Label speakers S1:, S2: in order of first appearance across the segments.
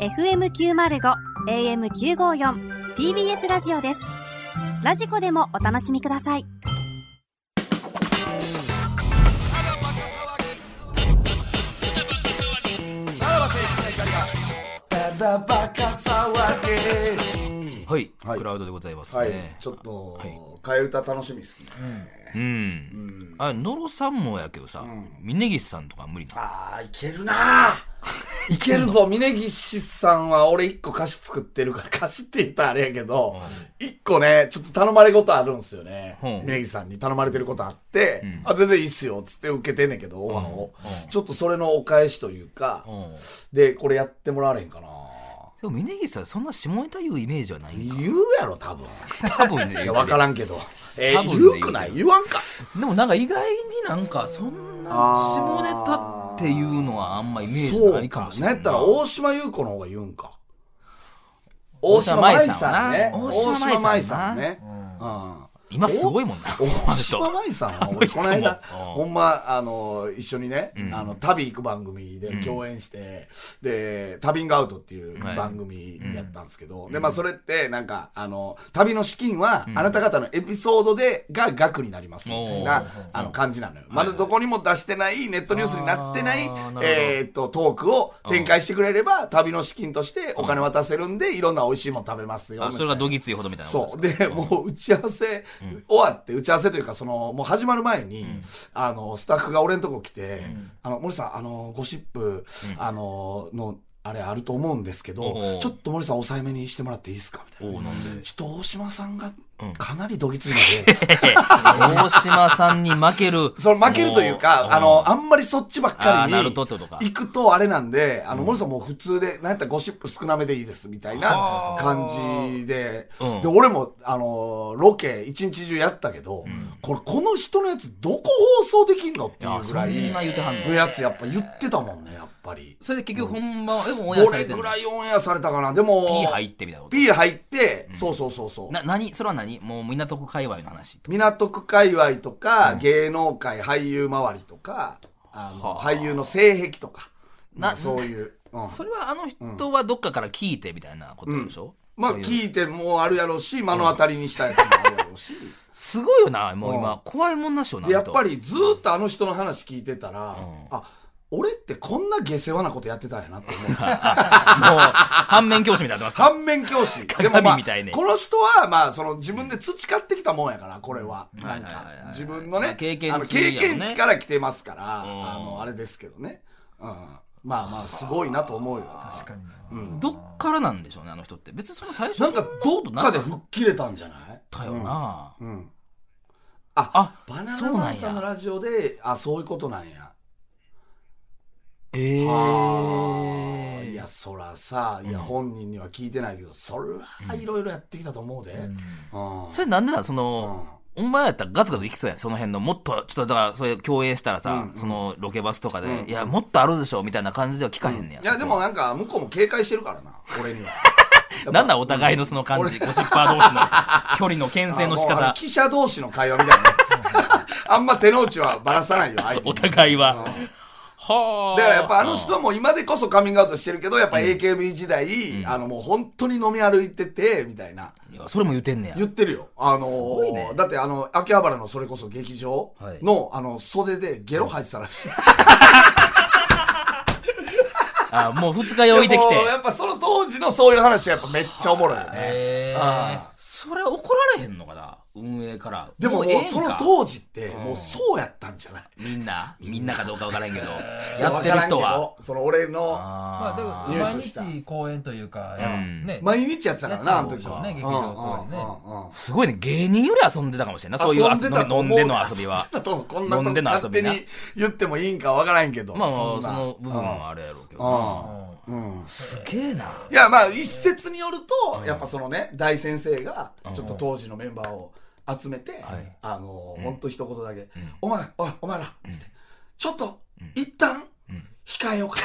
S1: FM905 AM954 TBS ラジオですラジコでもお楽しみください
S2: はい、
S3: はい
S2: クラウドでございます
S3: はい、
S2: ね。
S3: ちょっと、
S2: はい
S3: 替え歌楽しみですね、
S2: うん。
S3: うん、
S2: あ、野呂さんもやけどさ、峯岸さんとか無理なの
S3: あーいけるなーいけるぞ 峯岸さんは俺一個歌詞作ってるから歌詞って言ったらあれやけど一、個ねちょっと頼まれ事あるんすよね
S2: うん
S3: 峯岸さんに頼まれてることあって、
S2: ん
S3: あ全然いいっすよっつって受けてんねんけどオファーを、
S2: うん
S3: ちょっとそれのお返しというか、
S2: うん。
S3: でこれやってもらわれへんかな
S2: でも峯岸さん、そんな下ネタ言うイメージはないか。
S3: 言うやろ多分
S2: 多分ね。
S3: いや分からんけど、え
S2: 多
S3: ー、
S2: 分
S3: 言うくない
S2: 言う
S3: 言わんか
S2: でもなんか意外になんか、そんな下ネタっていうのはあんまイメージないかもしれない。
S3: そうかなんやったら大島優子の方が言うんか。大
S2: 大
S3: 島
S2: 島
S3: 舞
S2: 舞
S3: さ
S2: さ
S3: ん
S2: ん
S3: ね
S2: ね。
S3: 大島舞さんね。
S2: 今すごいもんな。
S3: うん大
S2: あの人
S3: 島舞さんは俺
S2: 人
S3: こ
S2: も
S3: の間、
S2: うん
S3: ほんま、あの、一緒にね、あの、旅行く番組で共演して、で、旅ングアウトっていう
S2: はい
S3: 番組やったんですけど、で、まあそれって、なんか、あの、旅の資金は、あなた方のエピソードで、が額になりますみたいな
S2: おー、
S3: あの、感じなのよ。まだどこにも出してない、ネットニュースになってない
S2: あーなるほ、ど
S3: えーっと、トークを展開してくれれば、旅の資金としてお金渡せるんで、いろんな美味しいもの食べますよ。
S2: あそれがどぎついほどみたいなこと
S3: そう。
S2: ですか
S3: で、もう打ち合わせ終わって、打ち合わせというか、その、もう始まる前に、あの、スタッフが俺のとこ来て、あの、森さん、あの、ゴシップ、あの、の、あれあると思うんですけ
S2: お
S3: ど、
S2: う
S3: ちょっと森さん抑えめにしてもらっていいですかみたい
S2: お
S3: な。
S2: うなんで。
S3: ちょっと大島さんがかなりどぎついので、
S2: 大島さんに負ける。
S3: その負けるという
S2: も
S3: か、あの、、あんまりそっちばっかり
S2: あーな
S3: に
S2: るほどとか
S3: 行くとあれなんで、あの、森さんもう普通で、なんやったらゴシップ少なめでいいですみたいな感じで
S2: う、ん
S3: で、俺も、あの、ロケ一日中やったけど、これ、この人のやつどこ放送できんのっていうぐら
S2: いやそんな言うてはん
S3: い
S2: の
S3: のやつやっぱ言ってたもんね、やっぱり。
S2: それで結局本番は、でもオンエア
S3: ど
S2: さ
S3: れ
S2: れてる
S3: ぐ
S2: の
S3: らいオンエアされたかなでも、
S2: P 入ってみたいなこと。
S3: P 入って、そうそうそうそう。
S2: な、何それは何もう港区界隈の話と。
S3: 港区界隈とか、芸能界俳優周りとかあの、俳優の性癖とか
S2: な
S3: なんかそういう、うん
S2: それはあの人はどっかから聞いてみたいなことでしょ、
S3: まあ
S2: そういう
S3: 聞いてもあるやろうし目の当たりにしたやつもあるやろう し、
S2: すごいよな、もう
S3: うん
S2: 今。怖いもんなしよな。
S3: でやっぱ
S2: り。
S3: りずーっとあの人の話聞いてたら、あ俺ってこんな下世話なことやってたんやなって思う
S2: もう、反面教師みたいになってますか
S3: 反面教 師。でもまあ、
S2: みたいね
S3: この人は、まあ、その自分で培ってきたもんやから、これは。なん
S2: はい
S3: か
S2: はいはい、
S3: 自分の
S2: ま
S3: ね
S2: あ、経験値
S3: あの経験値から来てますから、
S2: ん
S3: あの、あれですけどね。うん。まあまあ、すごいなと思うよ。確かに。
S2: どっからなんでしょうね、あの人って。別にその最初
S3: なんか、どっかで
S2: っ
S3: 吹っ切れたんじゃない
S2: たよな。
S3: うん。
S2: あ、
S3: バナ
S2: そ
S3: ナ
S2: う
S3: マ
S2: な
S3: ン
S2: ん
S3: さんの
S2: や。
S3: ラジオで、あ、そういうことなんや。
S2: ええ
S3: あーいや、そらさ、いや、本人には聞いてないけど、そら、いろいろやってきたと思うで。うん。
S2: それなんでなんその、お前やったらガツガツ行きそうやんその辺のもっとちょっとだからそれ共演したらさ、そのロケバスとかで、いやもっとあるでしょみたいな感じでは聞かへんねや、
S3: いや、でもなんか、向こうも警戒してるからな、俺 には。
S2: なんだお互いのその感じゴシッパ ー同士の距離の牽制の仕
S3: あもうあ
S2: 方
S3: 記者同士の会話みたいな。あんま手の内はばらさないよ、相手
S2: お
S3: に。
S2: 互いははあ
S3: だからやっぱあの人も今でこそカミングアウトしてるけど、やっぱ AKB 時代、あのもう本当に飲み歩いてて、みたいな。
S2: いやそれも言ってんねや
S3: 言ってるよ。あの
S2: ごいね
S3: だってあの、秋葉原のそれこそ劇場
S2: はい
S3: の、あの、袖でゲロ吐いてたらしい。
S2: あもう二日酔いでき て
S3: もうやっぱその当時のそういう話はやっぱめっちゃおもろいよね。
S2: えー
S3: あ、
S2: それ怒られへんのかな運営から
S3: でも
S2: うええ
S3: も
S2: ん
S3: う
S2: か
S3: その当時って、もうそうやったんじゃない
S2: みんなみんなかどうかわからへんけどやってる人
S3: いやわからん
S2: は
S3: けどその俺の
S2: あ
S4: まあ、で
S3: 入
S4: も
S3: 手
S4: 毎
S3: した
S4: 日公演というか、
S2: ん
S4: ね、
S3: 毎日やってたからな、あの時は。
S4: やってた
S3: うん
S4: もんね劇
S3: うん
S4: 場
S3: うんうん
S2: すごいね芸人より遊んでたかもしれんなそういう
S3: 遊んでたと
S2: 飲
S3: 思
S2: ん
S3: う
S2: での遊びは
S3: 遊んでたと思うこんなと
S2: 飲んで
S3: こ
S2: の遊
S3: 勝手
S2: びな
S3: に言ってもいいんかわからんけど。
S2: まあまあそ
S3: んな
S2: の部分はあれやろうけど
S3: う
S2: な
S3: んうんうん
S2: すげえない
S3: や、まあ、一説によると、やっぱそのね、大先生が、ちょっと当時のメンバーを集めて
S2: はい、
S3: あの、ほんと一言だけ、お前、おい、お前ら、つって、ちょっと、一旦、控えようか。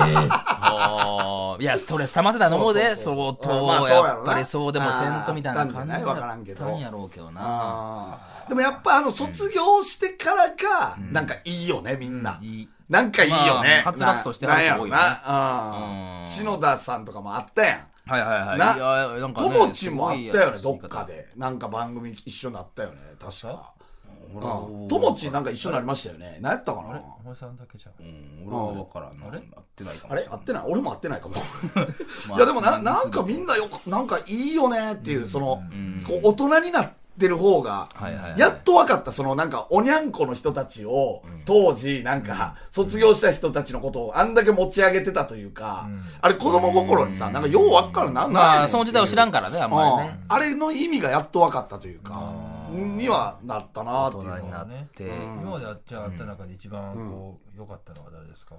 S2: あーいやストレス溜まってたと思うで
S3: そうそうそうそ
S2: 相
S3: う
S2: 当
S3: まあそうやろな
S2: やっぱりそうでもせんとみたいな感じ
S3: あーあったんじゃないわからんけど
S2: やったんやろうけどな
S3: あーでもやっぱあの卒業してからが、なんかいいよね、みんな。
S2: いい
S3: なんかいいよね。
S2: まあはつらつとして
S3: な
S2: は
S3: なん
S2: る
S3: や
S2: 人多
S3: ろ
S2: いよね
S3: な。う。
S2: うんん
S3: 篠田さんとかもあったやん。
S2: はいはいはい。
S3: ない
S2: やなんか
S3: と
S2: ね
S3: もちもあったよね、
S2: す
S3: ど
S2: ご
S3: っ
S2: い
S3: かで。なんか番組一緒になったよね、確か。うん
S2: 俺は俺は
S3: ともちなんか一緒になりましたよね。何やったかな
S4: お前さんだけじゃん
S2: うん、俺は分からんな。あれ合ってないか
S3: あ
S2: もし
S3: れ
S2: れな
S3: 合
S2: い
S3: っ。てない俺も合ってないかも。
S2: ま
S3: い
S2: あ
S3: やでもな、なんかみんなよく、なんかいいよねっていう、その
S2: ん、
S3: こう大人になってる方が
S2: はいはいは、い
S3: やっと分かった、そのなんか、おにゃんこの人たちを、当時、なんか、卒業した人たちのことをあんだけ持ち上げてたというか、あれ子供心にさ、なんかよう分からんな、なんやねんって
S2: ま
S3: い
S2: あ、
S3: う
S2: その時代を知らんからね、あんまりね。
S3: あれの意味がやっと分かったというか、にはなったな
S2: 大
S3: っていう
S2: 人に
S3: の
S2: な
S3: は。
S2: って、
S4: 今まであっちゃあった中で一番こう良かったのは誰ですか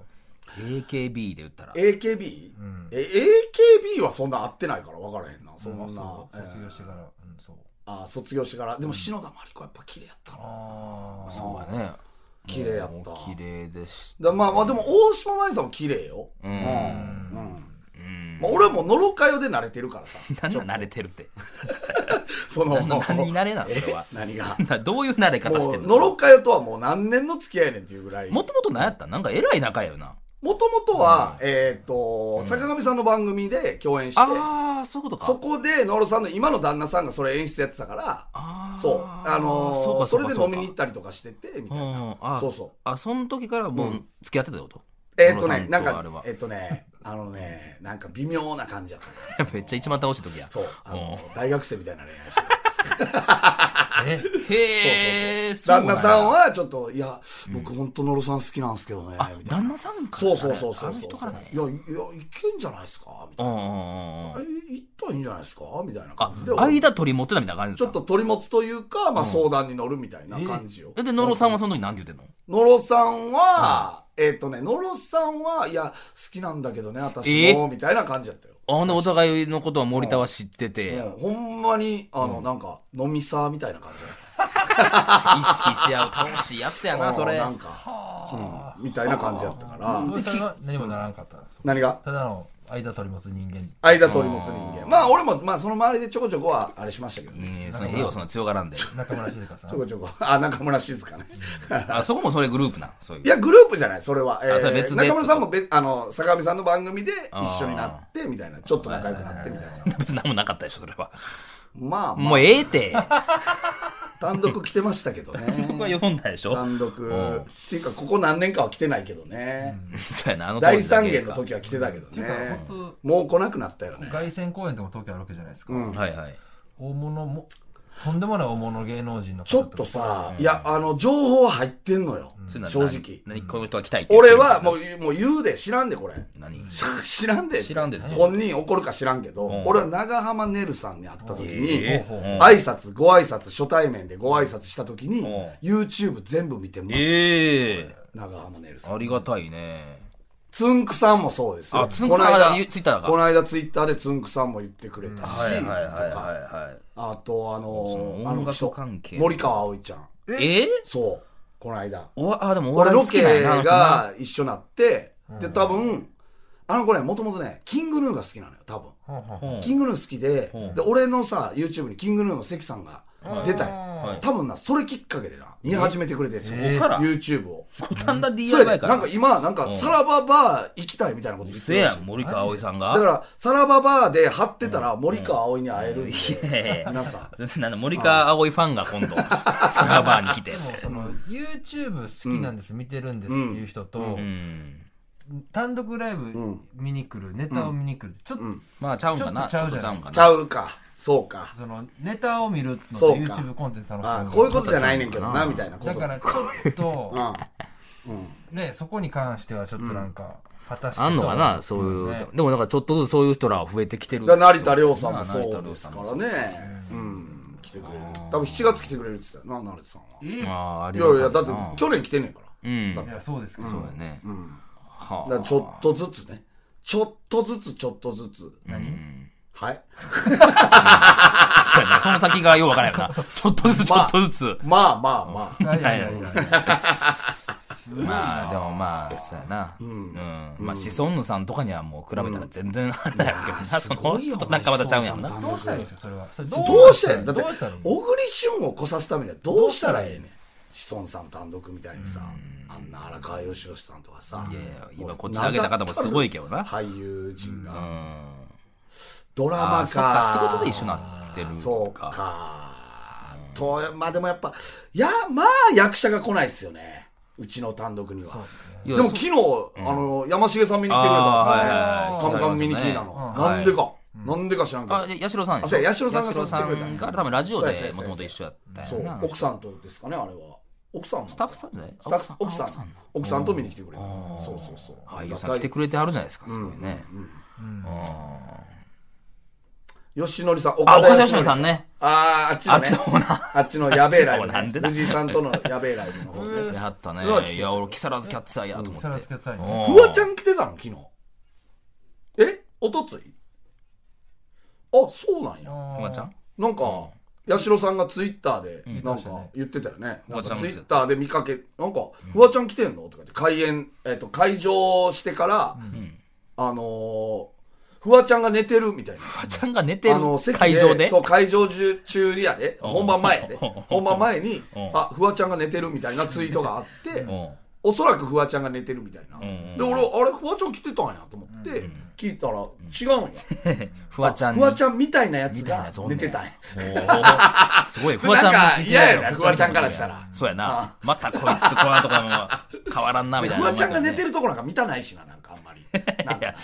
S2: AKB で言ったら。
S3: AKB?
S4: ん
S3: え、AKB はそんな合ってないから分からへんな、そんな。
S4: そう卒業してからうんそう
S3: あー卒業してから。でも篠田麻里子やっぱ綺麗やったな。
S4: あ
S2: そうやね。
S3: 綺麗やっ
S2: も
S3: た。
S2: う綺麗でし
S3: だまあまあでも大島麻衣さんも綺麗よ。
S2: た。う。
S3: うんん。
S2: うん。
S3: まあ、俺はもうのろかよで慣れてる からさ。
S2: なんだ慣れてるって。
S3: その、。
S2: 何に慣れなんそれは
S3: 何が。
S2: な どういう慣れ方し
S3: も
S2: て
S3: う、
S2: る
S3: のろ
S2: の
S3: かよとはもう何年の付き合いねんっていうぐらい。
S2: も
S3: も
S2: ともと何やったんなんかえらい仲やよな。
S3: ともとは、えっ、と、坂上さんの番組で共演して、
S2: ああ、そういうことか。
S3: そこで、のろさんの今の旦那さんがそれ演出やってたから、
S2: あー
S3: そう。あのー
S2: うか
S3: そうれ
S2: か
S3: で
S2: うか
S3: 飲みに行ったりとかしてて、みたいな。
S2: うんあ
S3: そうそう
S2: あその時からもう付き合ってたってこと、
S3: えっ、とね、
S2: 野呂
S3: な
S2: さ
S3: ん
S2: と
S3: か
S2: あれは、
S3: えっ、とね、あのね、なんか微妙な感じやった。
S2: めっちゃ一番倒した時や
S3: そう。あの、大学生みたいな恋愛して。
S4: あえ
S2: へえ
S3: 旦那さんはちょっと、いや、僕本当のろさん好きなんですけどね、みたい
S2: 旦
S3: な。
S2: 那さんか
S3: そうそうそうそう。
S2: あの人からね
S3: いや、いや、いけんじゃないですかみた
S2: う
S3: い
S2: んう
S3: な。
S2: んうんう
S3: え、
S2: ん
S3: 行ったらいいんじゃないですかみたいな
S2: あ
S3: 感じで。
S2: 間取り持ってたみたいな感じ
S3: ちょっと取り持つというか、まあ相談に乗るみたいな感じよ。
S2: でで野呂さんはその時なんて言ってんの
S3: のろさんは、えっとね、のろさんは、いや、好きなんだけどね、私も、みたいな感じだったよ。
S2: あほんでお互いのことは森田は知ってて、
S3: うんほんまに、あの、なんか、飲みさみたいな感じだった
S2: 意識し合う楽しいやつ やなそれ
S3: なんか、うんみたいな感じだったから
S4: あ。野呂さんは何もならんかった
S3: 何が
S4: ただの間取り持つ人間
S3: 間取り持つ人間。まあ俺も、まあその周りでちょこちょこはあれしましたけどね。
S2: ええその平をその強がら んで
S4: 中村静香さん
S3: ちょこちょこ。あ、中村静香ね。
S2: あそこもそれグループなそういう
S3: いや、グループじゃない、それは。えー
S2: それ別で
S3: 中村さんも別、あの、坂上さんの番組で一緒になって、みたいな。ちょっと仲良くなって、みたいな。
S2: 別に何もなかったでしょそれは
S3: まあ、まあ、
S2: もうええて
S3: 単独来てましたけど
S2: 僕は
S3: ね。
S2: 読んだでしょ
S3: 単
S2: うん
S3: 独。っていうか、ここ何年かは来てないけどね。
S2: そうやなあの当
S3: 大
S2: 時だ
S3: 三
S2: け
S3: 元の
S2: か
S3: 時は来てたけどね
S4: 本。当
S3: もう来なくなったよね。
S4: 凱旋公演とかも東京あるわけじゃないですか、
S2: はいはい
S4: 大物もとんでもない大物芸能人の方
S3: ちょっとさ、いや、あの、情報は入ってんのよ。
S2: そういうのは
S3: 正直。
S2: 何何この人が来たいって言って
S3: 俺
S2: る
S3: はもう、もう言うで、知らんで、これ。
S2: 何
S3: 知らんでって
S2: 知らんでって
S3: 本人怒るか知らんけど、
S2: ん
S3: 俺は長浜ねるさんに会った時に、
S2: え
S4: ほう
S2: え
S3: 挨拶ご挨拶初対面でご挨拶した時に、
S2: ん
S3: YouTube 全部見てます、
S2: ええ
S3: 長浜ねるさん
S2: ありがたいね
S3: つんくさんもそうですよ
S2: あつんくさ
S3: こ
S2: ん
S3: の間
S2: あツイッターか
S3: この間ツイッターでつんくさんも言ってくれたし、
S2: はいはいはいは
S3: あとあのあ
S2: の音
S3: の
S2: 楽
S3: 人
S2: 関係
S3: 森川葵ちゃん
S2: いはいええ
S3: そうこの間
S2: おあでもお
S3: 俺
S2: 笑い
S3: ロ
S2: 好きなん
S3: ケ
S2: やなあの人な
S3: が一緒になって、で多分あの子ねもともとねキングヌーが好きなのよ多分
S4: ほうほうほう
S2: うん
S3: キングヌー好きで、
S2: うん
S3: で、俺のさ、YouTube にキングヌーの関さんが出たよ。
S2: はい
S3: 多分な、それきっかけでな、見始めてくれてる
S2: そこから
S3: YouTube を。
S2: 五反田
S3: それ
S2: DIY
S3: で、
S2: か
S3: な
S2: ら
S3: んか今、なんか、さらばバー行きたいみたいなこと言っ
S2: せ
S3: てたら
S2: や
S3: しい
S2: ん森川葵さんが
S3: だから、さらばバーで貼ってたら、森川葵に会えるんで、皆さん。
S2: ん なんだ森川葵ファンが今度サラバーに来て
S4: でもその YouTube 好きなんです、見てるんですっていう人と、
S2: うん
S4: 単独ライブ見に来る、ネタを見に来るちょっと、
S2: まあちゃうんかな
S4: ちょっとちゃうじゃん
S2: んか
S3: ちゃうか。そうか。
S4: そのネタを見るのと
S3: そうか
S4: YouTube コンテンツ楽しむ
S3: あ
S4: の
S3: こういうことじゃないねんけどな、
S2: うん
S3: みたいなこと。
S4: だからちょっ
S3: う
S4: と、
S3: ん。
S4: ねそこに関してはちょっとなんか、果たして
S2: あんのかなそういう、
S4: ね
S2: でもなんかちょっとずつそういう人らは増えてきてる
S3: だから成田凌さんもそう
S2: 成田
S3: で
S2: 凌
S3: す
S2: さ
S3: か
S2: んも
S3: らね。うん。来てくれる。多分7月来てくれるって言ってたよな、成田さんは。い
S2: ああありが
S3: やい
S2: た
S3: や、
S2: な
S3: だって去年来てんねんから。
S2: うん
S4: いやそうですけど、
S2: そうやね、は
S3: だからちょっとずつね。ちょっとずつ、ちょっとずつ。はい。
S2: あそうやなその先がようわからんよ なちょっとずつちょっとずつ、
S3: まあまあ まあ。
S4: いやいやいやいや
S2: まあでもまあそうやなうん、まあシソンヌさんとかにはもう比べたら全然あれだよけどな、そのちょっと仲間とちゃうんやろな
S4: どうしたらいいんですかそれはそれ
S3: どうしたらいいだ
S4: ど
S3: って
S4: うやったらいい、
S3: 小栗旬を来さすためにはどうしたらええねん。志尊さん単独みたいにさ、あんな荒川よしよしさんとかさ、
S2: いやいや今こっち投げた方もすごいけどな
S3: 俳優陣が、
S2: うん
S3: ドラマ
S2: あそっ
S3: か
S2: か仕事で一緒になってるか
S3: そうかとまあでもやっぱいやまあ役者が来ないっすよねうちの単独には
S2: い
S3: で
S2: や
S3: も
S2: そ
S3: 昨日、あの山重さん見に来てくれ
S2: あ
S3: たんで
S2: ー
S3: すよ
S2: はいはい
S3: カムカム見に来いなの、
S2: うん
S3: なんでか、なんでか知らんけど
S2: あで八代さんで
S3: あ
S2: しょ
S3: そうや八代さんが誘ってくれたんや
S2: 八代さんが多分ラジオ
S3: そうやそうや
S2: で
S3: そう
S2: も
S3: や
S2: ともと一緒やった
S3: そ
S2: よ
S3: う
S2: な
S3: 奥さんとですかねあれは奥さん
S2: ス
S3: ス
S2: タッフさんじゃない
S3: スタッフ奥さん奥さ
S2: あ
S3: んと見に来てくれたそうそうそう
S2: 俳優さん来てくれてはるじゃないですかすごいね
S3: 吉典さん
S2: あ
S3: 岡
S2: 岡田義則さんね
S3: あーあっち
S2: あっちの
S3: の
S2: 方
S3: ね
S2: な
S3: あっちのやべえライブ
S2: あっちの方なんで
S3: ね
S2: だ
S3: 藤井さんとのやべえライブの方ね
S2: やったね
S3: うわ来てる
S2: いや俺木更津キャッツアイやと思って
S4: 木更津キャッツアイね
S2: うん
S3: フワちゃん来てたの昨日えおとついあそうなんや
S2: フワちゃん
S3: なんか八代さんがツイッターで
S2: ん
S3: なんか言ってたよね、
S2: フワちゃん
S3: ツ
S2: も
S3: イ
S2: 来てた
S3: ッターで見かけなんか「フワちゃん来てんの?」とかって開演、えっと開場してから、
S2: ん
S3: あのーフワちゃんが寝てるみたいな
S2: フワちゃんが寝てる
S3: あの席
S2: 会場で
S3: そう会場中中にやで本番前やで
S2: うん
S3: 本番前に
S2: うん
S3: あフワちゃんが寝てるみたいなツイートがあって、
S2: うん
S3: おそらくフワちゃんが寝てるみたいな、
S2: ん
S3: で俺あれフワちゃん来てたんやと思って聞いたら違うんや、
S2: フワちゃん
S3: フワちゃんみたいなやつ
S2: みたいな
S3: が
S2: やつおん
S3: 寝
S2: ねん
S3: てたんや
S2: おーすごい、フワちゃんも似
S3: なん
S2: てる
S3: か嫌やな
S2: ろ
S3: フワちゃんからしたら
S2: そうやな。またこいつ、このとこも変わらんな、みたい
S3: フ
S2: な。
S3: ワちゃんが寝て
S2: る。
S3: るとこなんか見たないしななんかあんま りなんか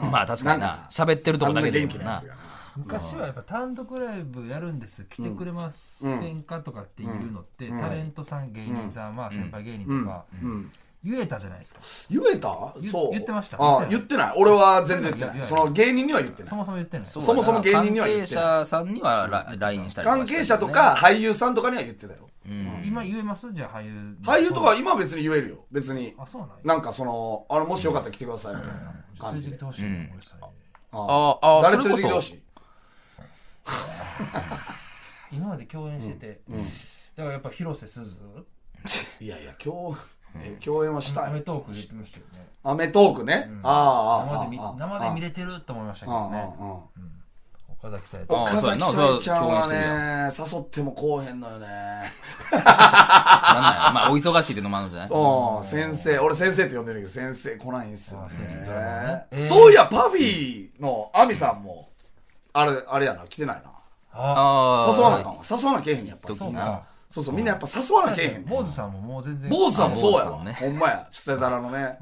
S2: まあ確かに
S3: なん
S2: な
S3: か。
S2: 喋ってると
S3: あ
S2: こ
S3: んな
S2: だけでいい
S3: 元
S2: も
S3: 気
S2: ん
S3: なや
S2: な
S3: つ。がな
S4: 昔はやっぱ単独ライブやるんです来てくれませんかとかっていうのって、タレントさん芸人さん、まあ先輩芸人とか、
S3: うん
S4: 言えたじゃないですか、
S3: 言えた
S4: 言
S3: そう
S4: 言ってました
S3: あ言
S4: 言
S3: っ
S4: って
S3: ない俺は全然言ってない
S4: 言って
S3: そ
S4: ない
S3: の芸人には言ってない
S4: そもそも言ってない
S3: そもそも芸人には言っ
S2: 関係
S3: てな
S2: 者さんにはラ LINE したり
S3: 関係者とか俳優さんとかには言ってたよ
S4: 今言えますじゃあ俳優
S3: 俳優とかは今は別に言えるよ別に
S4: あそうなんや
S3: なんかそのあれもしよかったら来てくださいみたいな感
S4: 連れ
S3: じ
S4: てき
S3: で
S4: てほしいな、俺それ
S2: ああ
S3: 誰連れてきてほし
S2: い
S3: い
S4: 今まで共演してて、だからやっぱ広瀬すず
S3: いやいや、共 え共演はした
S4: アメ
S3: い。
S4: トーク出てましたよね
S3: アメトークね。ああああ、ああ
S4: 生で見
S3: ああ
S4: 生で見れてると思いましたけどね
S3: ああああ
S4: 岡崎さんや
S2: あ
S4: と
S2: あ
S3: 岡
S2: そうや
S3: 崎
S2: な
S3: さえちゃんは
S2: そうや
S3: ね、誘ってもこうへんのよね。
S2: なんなんやまあお忙しいっていうのもあるんじゃない
S3: うん、先生、俺先生って呼んでるけど、先生来ないんすよね
S4: あ。先生
S3: そういや、パフィーのアミさんも、あれ、あれやな、来てないな。
S2: あ
S4: あ
S2: あ
S3: 誘わなあかんわ。誘わなけえへんやっぱ。
S2: 時
S3: そう
S2: な
S3: そう、みんなやっぱ誘わなけえへんね。
S4: 坊主さんももう全然
S3: 坊主さんもそうや
S2: あ坊主
S3: わ
S2: さん。ね
S3: ほんまや。捨てたらのね。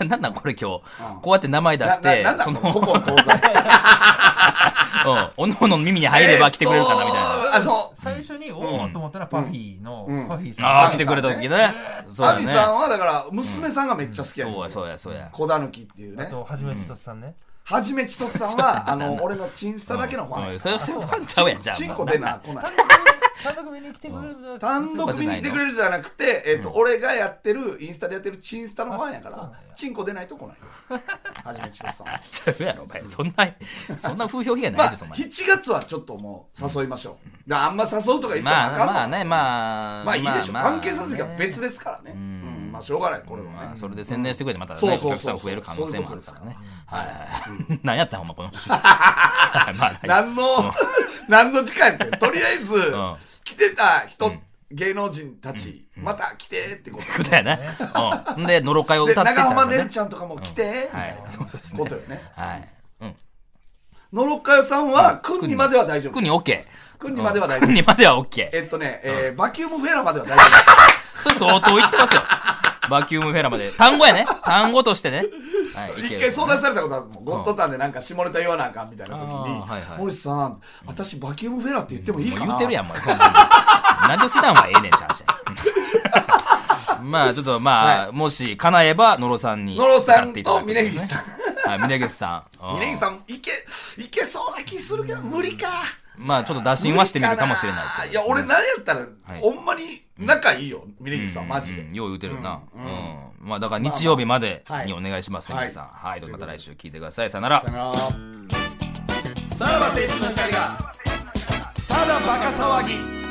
S2: ななんなんこれ今日こうやって名前出
S3: な
S2: し
S3: な
S2: て
S3: なんだ
S2: その
S3: こ こ東西。
S2: うんおのおの耳に入れば来てくれるかなみたいな
S3: な。あの、
S4: 最初におおと思ったらパフィーの、パフィーさん
S2: ああ
S3: ア
S2: 来
S3: ミ
S2: て
S3: さんね
S2: くれた時ねそう
S3: ア
S2: や
S3: ミ
S2: ね
S3: さんはだから娘さんがめっちゃ好きやねん
S2: そうやそうやそうや
S3: 小だぬきっていう
S4: あ
S3: ね
S4: とはじめちとしさんね、
S3: はじめちとしさんはあの俺のチンスタだけのファン
S2: う
S3: や
S2: んそれはファンちゃうやんじゃあ
S3: チンコ出な来 ない
S4: 単独見に来てくれるの
S3: 単独見に来てくれるじゃなくて、えっと俺がやってるインスタでやってるチンスタのファンやからチンコ出ないと来ないよはじめちとしさんは
S2: ちゃうやろお前そんなそんな風評被害な
S3: ま
S2: い
S3: あ
S2: ですお前
S3: 7月はちょっともう誘いましょうだからあんま誘うとか言っても
S2: ま
S3: あ
S2: あ
S3: かんの
S2: まあねまあ
S3: まあいいでしょう
S2: まあ
S3: 関係者席は別ですからねうんまあしょうがないこれは
S2: まあ
S3: ね
S2: それで宣伝してくれてまたね
S3: そうそう
S2: お
S3: そう
S2: 客さん増える可能性もあるからねはい何やったんほんまこのまあはい
S3: 何の、 何の時間やってんとりあえず、
S2: ん
S3: 来てた人、芸能人たち、また来てってこと。
S2: ことやねうんんでのろかいを歌
S3: で、
S2: ってた
S3: 長
S2: ら
S3: 浜ね
S2: ね
S3: るちゃんとかも来て、みた
S2: はいいそうです
S3: なこ
S2: ね
S3: とよね。
S2: はいうん
S3: 野呂佳代さんは、くんにまでは大丈夫
S2: く。に OK
S3: くんにまでは大
S2: く
S3: 丈夫。
S2: にまでは OK
S3: えっとね、えーバキュームフェラまでは大丈夫。
S2: それ相当言ってますよバキュームフェラまで単語やね単語としてねはいいけ
S3: 一
S2: る
S3: 回相談されたことあるもん。ゴッドタンでなんか下ネタ言わなあかんみたいな時に
S2: あーはいは、い
S3: 森さん、私バキュームフェラって言ってもいい
S2: もう
S3: か
S2: 言
S3: な
S2: うてるやん、もう。なんで普段はええねん、ちゃうし。 まあ、ちょっとまあ、
S3: は
S2: もし、叶えば、野呂さんに。
S3: 野呂さん
S2: 歌っていただ
S3: と
S2: く
S3: 峯岸さん。
S2: はい、峯岸さん。
S3: 峯岸
S2: ん。
S3: さん、いけ、いけそうな気するけど、無理か。
S2: まあ、ちょっと打診はしてみるかもしれないって
S3: いや、俺なんやったら、
S2: はい
S3: ほんまに仲いいよ、峯岸さん、マジで。
S2: うんよう言うてるよな。うん。まあ、だから日曜日まで
S3: まあはい
S2: にお願いしますね、
S3: はい
S2: 皆さん。はい、また来週聞いてください。さよなら
S3: さ。よなら。さらば青春の光が、ただバカ騒ぎ。